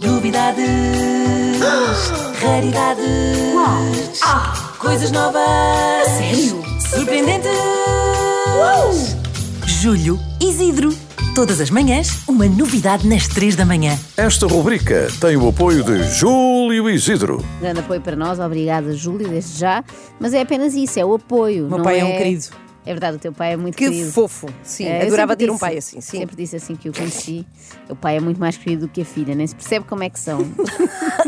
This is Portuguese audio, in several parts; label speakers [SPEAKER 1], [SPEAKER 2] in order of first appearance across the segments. [SPEAKER 1] Novidades, raridades, coisas novas,
[SPEAKER 2] sério?
[SPEAKER 1] surpreendentes. Julho Isidro. Todas as manhãs, uma novidade nas três da manhã.
[SPEAKER 3] Esta rubrica tem o apoio de Júlio Isidro.
[SPEAKER 2] Grande apoio para nós, obrigada, Júlia, desde já. Mas é apenas isso, é o apoio.
[SPEAKER 4] Meu
[SPEAKER 2] não
[SPEAKER 4] pai é um querido.
[SPEAKER 2] É verdade, o teu pai é muito
[SPEAKER 4] Que
[SPEAKER 2] querido.
[SPEAKER 4] fofo, sim.
[SPEAKER 2] É, eu
[SPEAKER 4] Adorava
[SPEAKER 2] sempre
[SPEAKER 4] ter um
[SPEAKER 2] disse-
[SPEAKER 4] pai assim, sim.
[SPEAKER 2] Sempre disse assim que eu conheci. O pai é muito mais querido do que a filha, nem se percebe como é que são.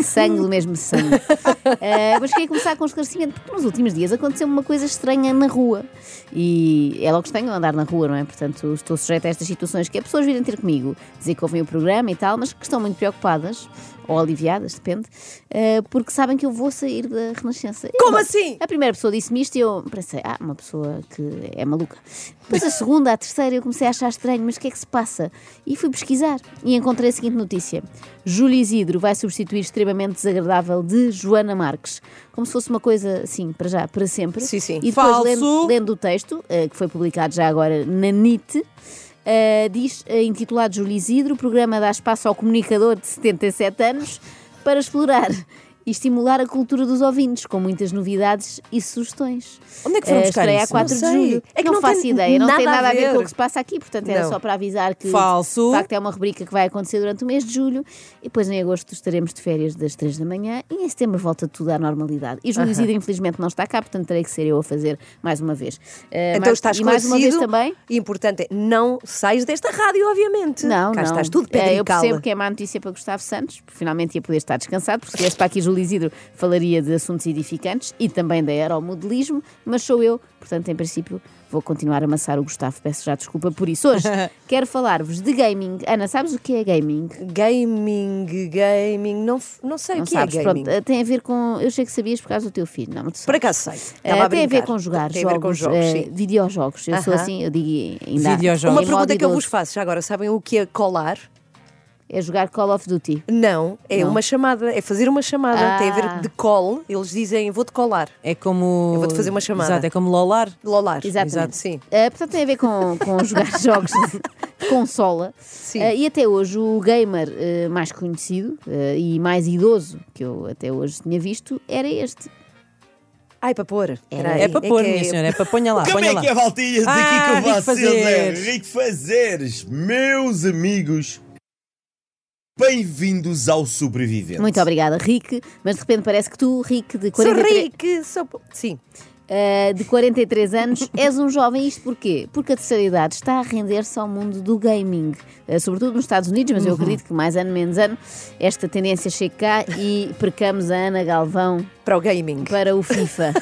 [SPEAKER 2] sangue do mesmo sangue. Eh, mas queria começar com um esclarecimento, porque nos últimos dias aconteceu uma coisa estranha na rua. E é logo estranho andar na rua, não é? Portanto, estou sujeita a estas situações que as pessoas virem ter comigo, dizer que ouvem o programa e tal, mas que estão muito preocupadas, ou aliviadas, depende, eh, porque sabem que eu vou sair da Renascença. Eu
[SPEAKER 4] Como
[SPEAKER 2] não-
[SPEAKER 4] assim?
[SPEAKER 2] a primeira pessoa disse-me isto e eu pensei, ah, uma pessoa que é maluca. Depois a segunda, a terceira, eu comecei a achar estranho, mas o que é que se passa? E fui pesquisar e encontrei a seguinte notícia: Júlio Isidro vai substituir extremamente desagradável de Joana Marques. Como se fosse uma coisa assim, para já, para sempre.
[SPEAKER 4] Sim, sim.
[SPEAKER 2] E depois,
[SPEAKER 4] Falso.
[SPEAKER 2] lendo, lendo o texto, eh, que foi publicado já agora na NIT. eh, diz, eh, intitulado Júlio Isidro, o programa dá espaço ao comunicador de 77 anos para explorar e estimular a cultura dos ouvintes, com muitas novidades e sugestões.
[SPEAKER 4] Onde é que foram
[SPEAKER 2] Eh,
[SPEAKER 4] buscar
[SPEAKER 2] estreia
[SPEAKER 4] isso?
[SPEAKER 2] a 4
[SPEAKER 4] Não
[SPEAKER 2] de
[SPEAKER 4] sei.
[SPEAKER 2] julho.
[SPEAKER 4] É que
[SPEAKER 2] não,
[SPEAKER 4] não tem
[SPEAKER 2] faço ideia, não tem nada a ver. com o que se passa aqui, portanto era
[SPEAKER 4] Não.
[SPEAKER 2] só para avisar que
[SPEAKER 4] Falso.
[SPEAKER 2] de facto é uma rubrica que vai acontecer durante o mês de julho e depois em agosto estaremos de férias das 3 da manhã e em setembro volta tudo à normalidade. E Júlio Isidro infelizmente não está cá, portanto terei que ser eu a fazer mais uma vez. Eh,
[SPEAKER 5] Então
[SPEAKER 2] mas-
[SPEAKER 5] estás
[SPEAKER 2] e mais uma vez também.
[SPEAKER 5] Importante é, não sais desta rádio, obviamente.
[SPEAKER 2] Não,
[SPEAKER 5] Cá
[SPEAKER 2] não.
[SPEAKER 5] estás tudo
[SPEAKER 2] Eh,
[SPEAKER 5] pedra e
[SPEAKER 2] Eu
[SPEAKER 5] cala.
[SPEAKER 2] percebo que é má notícia para Gustavo Santos, porque finalmente ia poder estar descansado, porque se viesse para aqui Júlio Isidro falaria de assuntos edificantes e também da aeromodelismo, mas sou eu, portanto, em princípio, vou continuar a amassar o Gustavo. Peço já desculpa por isso. Hoje quero falar-vos de gaming. Ana, sabes o que é gaming?
[SPEAKER 5] Gaming, gaming, não, f- não sei
[SPEAKER 2] Não
[SPEAKER 5] o que
[SPEAKER 2] sabes,
[SPEAKER 5] é gaming.
[SPEAKER 2] pronto, eh, tem a ver com. Eu sei que sabias por causa do teu filho, não, mas tu sabes.
[SPEAKER 5] Por acaso sei.
[SPEAKER 2] Eh,
[SPEAKER 5] Estava a
[SPEAKER 2] tem a ver
[SPEAKER 5] brincar.
[SPEAKER 2] com jogar
[SPEAKER 5] Tem
[SPEAKER 2] jogos,
[SPEAKER 5] a ver com jogos,
[SPEAKER 2] eh,
[SPEAKER 5] sim.
[SPEAKER 2] videojogos. Eu sou
[SPEAKER 5] Aham.
[SPEAKER 2] assim, eu digo ainda. um
[SPEAKER 4] Videojogos.
[SPEAKER 2] em
[SPEAKER 5] Uma
[SPEAKER 2] modo
[SPEAKER 5] pergunta que eu vos
[SPEAKER 2] idoso.
[SPEAKER 5] faço já agora, sabem o que é colar?
[SPEAKER 2] É jogar Call of Duty.
[SPEAKER 5] Não, é
[SPEAKER 2] Não.
[SPEAKER 5] uma chamada, é fazer uma chamada,
[SPEAKER 2] Ah.
[SPEAKER 5] tem a ver de call, eles dizem vou-te colar,
[SPEAKER 4] É como.
[SPEAKER 5] Eu vou-te fazer uma chamada.
[SPEAKER 4] Exato, é como Lolar.
[SPEAKER 5] lolar.
[SPEAKER 2] Exatamente.
[SPEAKER 5] Exato, Sim.
[SPEAKER 2] Uh, portanto, tem a ver com, com jogar jogos de consola.
[SPEAKER 5] Sim.
[SPEAKER 2] Uh, e até hoje o gamer uh, mais conhecido uh, e mais idoso que eu até hoje tinha visto era este.
[SPEAKER 5] Ai, para pôr. Espera aí,
[SPEAKER 4] É para pôr,
[SPEAKER 5] que
[SPEAKER 4] minha senhora, é para ponha lá.
[SPEAKER 6] Como
[SPEAKER 4] ponha
[SPEAKER 6] é
[SPEAKER 4] lá.
[SPEAKER 6] que é, Valtinhas?
[SPEAKER 4] Ah,
[SPEAKER 6] Aqui com
[SPEAKER 4] Rico
[SPEAKER 6] vocês é
[SPEAKER 4] Fazeres.
[SPEAKER 6] Rico Fazeres, meus amigos. Bem-vindos ao Sobrevivente.
[SPEAKER 2] Muito obrigada, Rick. Mas de repente parece que tu, Rick, de
[SPEAKER 5] Sou
[SPEAKER 2] 43,
[SPEAKER 5] rico, sou... po- Sim.
[SPEAKER 2] uh, de 43 anos, és um jovem. Isto porquê? Porque a terceira idade está a render-se ao mundo do gaming. Uh, sobretudo nos Estados Unidos, mas eu
[SPEAKER 5] Uhum.
[SPEAKER 2] acredito que mais ano, menos ano, esta tendência chega cá e percamos a Ana Galvão
[SPEAKER 5] Para o gaming.
[SPEAKER 2] para o FIFA.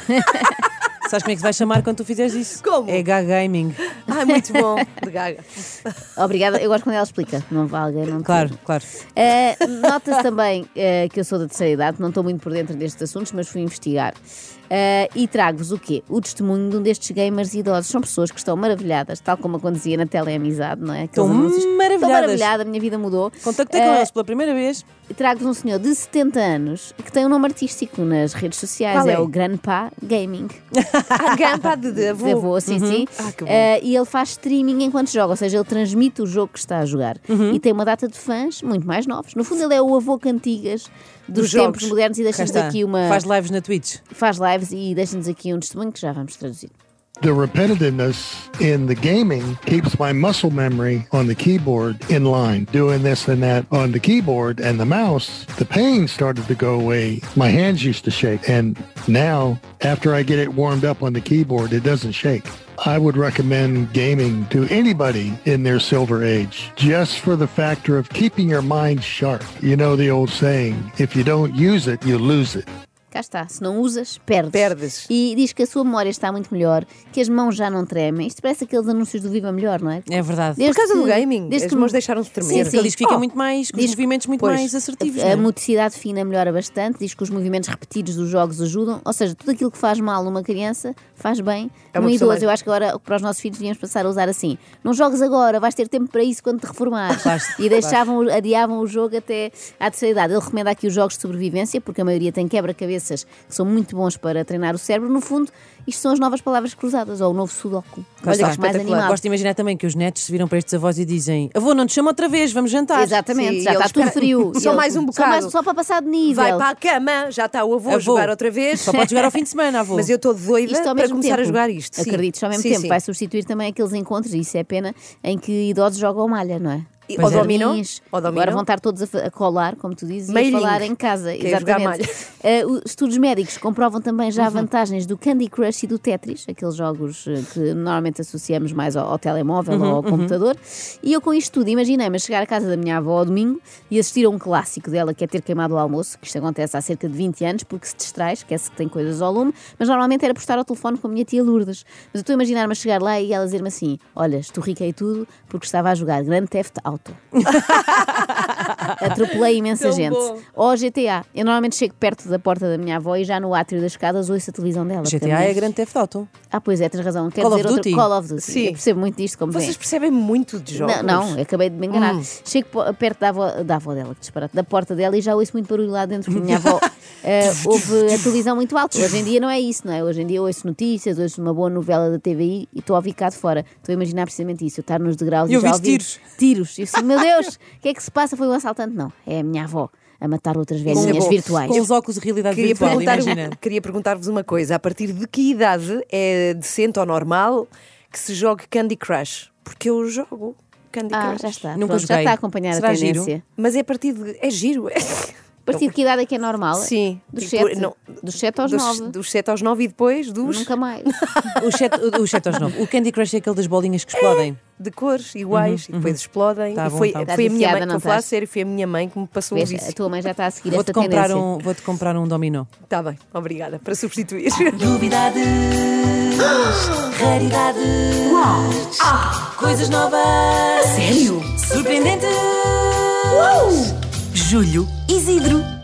[SPEAKER 4] Sabes como é que se vai chamar quando tu fizeres isso?
[SPEAKER 5] Como?
[SPEAKER 4] É Gagaming.
[SPEAKER 5] Ai, muito bom. De gaga.
[SPEAKER 2] Obrigada, eu gosto quando ela explica. Não vale, não te-
[SPEAKER 4] Claro, claro.
[SPEAKER 2] Eh, Nota-se também eh, que eu sou da terceira idade, não estou muito por dentro destes assuntos, mas fui investigar. Eh, e trago-vos o quê? O testemunho de um destes gamers idosos. São pessoas que estão maravilhadas, tal como acontecia na teleamizade, não é? Aqueles
[SPEAKER 4] Estão
[SPEAKER 2] anúncios. Estou
[SPEAKER 4] maravilhadas.
[SPEAKER 2] maravilhada, a minha vida mudou.
[SPEAKER 4] Contactei com
[SPEAKER 2] Eh,
[SPEAKER 4] eles pela primeira vez.
[SPEAKER 2] Trago-vos um senhor de 70 anos que tem um nome artístico nas redes sociais,
[SPEAKER 5] Qual
[SPEAKER 2] é?
[SPEAKER 5] é?
[SPEAKER 2] o Grandpa Gaming.
[SPEAKER 5] A gampa de de avô.
[SPEAKER 2] de avô, sim, sim.
[SPEAKER 5] Ah, que bom.
[SPEAKER 2] Eh, e ele faz streaming enquanto joga, ou seja, ele transmite o jogo que está a jogar.
[SPEAKER 5] Uhum.
[SPEAKER 2] E tem uma data de fãs muito mais novos. No fundo, ele é o avô cantigas dos
[SPEAKER 5] Dos
[SPEAKER 2] tempos
[SPEAKER 5] jogos.
[SPEAKER 2] modernos e
[SPEAKER 4] Cá
[SPEAKER 2] deixa-nos
[SPEAKER 4] está.
[SPEAKER 2] aqui uma.
[SPEAKER 4] Faz lives na Twitch.
[SPEAKER 2] faz lives e deixa-nos aqui um testemunho que já vamos traduzir.
[SPEAKER 7] the repetitiveness in the gaming keeps my muscle memory on the keyboard in line. Doing this and that on the keyboard and the mouse, the pain started to go away. My hands used to shake. And now, after I get it warmed up on the keyboard, it doesn't shake. I would recommend gaming to anybody in their silver age just for the factor of keeping your mind sharp. You know the old saying, if you don't use it, you lose it.
[SPEAKER 2] Cá está, se não usas, perdes.
[SPEAKER 5] Perdes.
[SPEAKER 2] E diz que a sua memória está muito melhor, que as mãos já não tremem. Isto parece aqueles anúncios do Viva Melhor, não é?
[SPEAKER 4] É verdade.
[SPEAKER 2] Desde
[SPEAKER 5] Por causa do
[SPEAKER 2] que-
[SPEAKER 5] gaming,
[SPEAKER 2] desde
[SPEAKER 5] as
[SPEAKER 2] que-
[SPEAKER 5] mãos deixaram de tremer.
[SPEAKER 2] Sim,
[SPEAKER 4] Porque
[SPEAKER 2] sim.
[SPEAKER 4] ele diz que fica
[SPEAKER 2] Oh,
[SPEAKER 4] muito mais. Com
[SPEAKER 2] diz-
[SPEAKER 4] movimentos muito
[SPEAKER 5] Pois.
[SPEAKER 4] mais assertivos.
[SPEAKER 2] A
[SPEAKER 4] não é?
[SPEAKER 2] motricidade fina melhora bastante, diz que os movimentos repetidos dos jogos ajudam, ou seja, tudo aquilo que faz mal numa criança faz bem
[SPEAKER 5] É uma
[SPEAKER 2] num
[SPEAKER 5] pessoa
[SPEAKER 2] idoso.
[SPEAKER 5] mais-
[SPEAKER 2] Eu acho que agora para os nossos filhos devíamos passar a usar assim: não jogues agora, vais ter tempo para isso quando te reformares.
[SPEAKER 4] Claro,
[SPEAKER 2] E deixavam, adiavam o jogo até à terceira idade. Ele recomenda aqui os jogos de sobrevivência, porque a maioria tem quebra-cabeças cabeças, que são muito bons para treinar o cérebro, no fundo, isto são as novas palavras cruzadas, ou o novo sudoku.
[SPEAKER 4] Cá está.
[SPEAKER 2] é mais animado.
[SPEAKER 4] Gosto de imaginar também que os netos se viram para estes avós e dizem: Avô, não te chama outra vez, vamos jantar.
[SPEAKER 2] Exatamente,
[SPEAKER 5] Sim,
[SPEAKER 2] já está
[SPEAKER 5] eles
[SPEAKER 2] tudo
[SPEAKER 5] querem-
[SPEAKER 2] frio.
[SPEAKER 5] Só
[SPEAKER 2] Eles-
[SPEAKER 5] mais um
[SPEAKER 2] Só,
[SPEAKER 5] bocado.
[SPEAKER 2] só para passar de nível.
[SPEAKER 5] Vai para a cama, já está o avô, a
[SPEAKER 4] Avô.
[SPEAKER 5] jogar outra vez.
[SPEAKER 4] Só pode jogar ao fim de semana, avô.
[SPEAKER 5] Mas eu estou doida
[SPEAKER 2] Isto ao
[SPEAKER 5] para
[SPEAKER 2] mesmo
[SPEAKER 5] começar
[SPEAKER 2] tempo.
[SPEAKER 5] a jogar isto. sim.
[SPEAKER 2] Acredito, isto ao mesmo
[SPEAKER 5] Sim,
[SPEAKER 2] tempo.
[SPEAKER 5] sim.
[SPEAKER 2] Vai substituir também aqueles encontros, e isso é pena, em que idosos jogam malha, não é?
[SPEAKER 5] E-
[SPEAKER 2] Os
[SPEAKER 5] ou dominó,
[SPEAKER 2] jardins.
[SPEAKER 5] ou dominó.
[SPEAKER 2] Agora vão estar todos a, fa- a colar, como tu dizes, e a
[SPEAKER 5] Mailing,
[SPEAKER 2] falar em casa.
[SPEAKER 5] que é jogar
[SPEAKER 2] exatamente. Eh, o- estudos médicos comprovam também já vantagens do Candy Crush e do Tetris, aqueles jogos eh, que normalmente associamos mais ao, ao telemóvel ou ao computador. E eu com isto tudo imaginei-me a chegar à casa da minha avó ao domingo e assistir a um clássico dela que é ter queimado o almoço, que isto acontece há cerca de 20 anos, porque se distrai, esquece que tem coisas ao lume, mas normalmente era por estar ao telefone com a minha tia Lourdes. Mas eu estou a imaginar-me a chegar lá e ela dizer-me assim: Olha, estorriquei tudo porque estava a jogar Grand Theft Auto. Atropelei imensa
[SPEAKER 4] Tão
[SPEAKER 2] gente.
[SPEAKER 4] bom.
[SPEAKER 2] Ou GTA. Eu normalmente chego perto da porta da minha avó e já no átrio das escadas ouço a televisão dela. porque a
[SPEAKER 4] GTA
[SPEAKER 2] minha-
[SPEAKER 4] é grande Theft Auto.
[SPEAKER 2] Ah, pois é, tens razão. Quero
[SPEAKER 4] Call of
[SPEAKER 2] dizer outra
[SPEAKER 4] Duty.
[SPEAKER 2] Call of Duty.
[SPEAKER 5] Sim.
[SPEAKER 2] Eu percebo muito disto como vem.
[SPEAKER 5] Vocês percebem muito de jogos.
[SPEAKER 2] Não, não, acabei de me enganar.
[SPEAKER 4] Hum.
[SPEAKER 2] Chego po- perto da avó, da avó dela, que disparate, da porta dela e já ouço muito barulho lá dentro, porque a minha avó eh, ouve a televisão muito alto. Hoje em dia não é isso, não é? Hoje em dia ouço notícias, ouço uma boa novela da TVI e estou a ouvir cá de fora. Estou a imaginar precisamente isso, eu estar nos degraus
[SPEAKER 4] E
[SPEAKER 2] e, já
[SPEAKER 4] ouviste
[SPEAKER 2] ouvir
[SPEAKER 4] tiros.
[SPEAKER 2] Tiros. E eu assim, meu Deus, o que é que se passa? Foi um assaltante? Não, é a minha avó a matar outras velhinhas
[SPEAKER 5] bom.
[SPEAKER 2] virtuais.
[SPEAKER 4] Com os óculos de realidade
[SPEAKER 5] Queria
[SPEAKER 4] virtual,
[SPEAKER 5] perguntar-
[SPEAKER 4] imagina.
[SPEAKER 5] queria perguntar-vos uma coisa: a partir de que idade é decente ou normal que se jogue Candy Crush? Porque eu jogo Candy
[SPEAKER 2] Ah,
[SPEAKER 5] Crush.
[SPEAKER 2] já está.
[SPEAKER 4] Nunca
[SPEAKER 2] Pronto, já
[SPEAKER 4] joguei.
[SPEAKER 2] está a acompanhar
[SPEAKER 4] Será
[SPEAKER 2] a
[SPEAKER 4] giro?
[SPEAKER 2] tendência.
[SPEAKER 5] Mas é a partir de. É giro.
[SPEAKER 2] A partir de que idade é que é normal?
[SPEAKER 5] Sim.
[SPEAKER 2] Dos
[SPEAKER 5] Tipo,
[SPEAKER 2] 7
[SPEAKER 5] não-
[SPEAKER 2] dos sete aos
[SPEAKER 5] dos,
[SPEAKER 2] 9.
[SPEAKER 5] Dos 7 aos 9 e depois dos.
[SPEAKER 2] Nunca mais.
[SPEAKER 4] Os sete- o- Os 7 aos 9. O Candy Crush é aquele das bolinhas que explodem.
[SPEAKER 5] De cores iguais e depois explodem.
[SPEAKER 4] Tá
[SPEAKER 5] e
[SPEAKER 4] bom,
[SPEAKER 5] foi,
[SPEAKER 4] tá
[SPEAKER 5] foi
[SPEAKER 4] bom.
[SPEAKER 5] a minha
[SPEAKER 2] Estás viciada,
[SPEAKER 5] mãe,
[SPEAKER 2] não
[SPEAKER 5] estou a falar a
[SPEAKER 2] estás?
[SPEAKER 5] sério, foi a minha mãe que me passou o
[SPEAKER 2] Vês,
[SPEAKER 5] vício.
[SPEAKER 2] a tua mãe já está a seguir
[SPEAKER 4] Vou-te
[SPEAKER 2] esta
[SPEAKER 4] comprar,
[SPEAKER 2] tendência.
[SPEAKER 4] um, vou comprar um dominó.
[SPEAKER 5] Está Tá bem, obrigada, para substituir.
[SPEAKER 1] Novidades, raridades, coisas novas. sério? Surpreendentes. Julho Isidro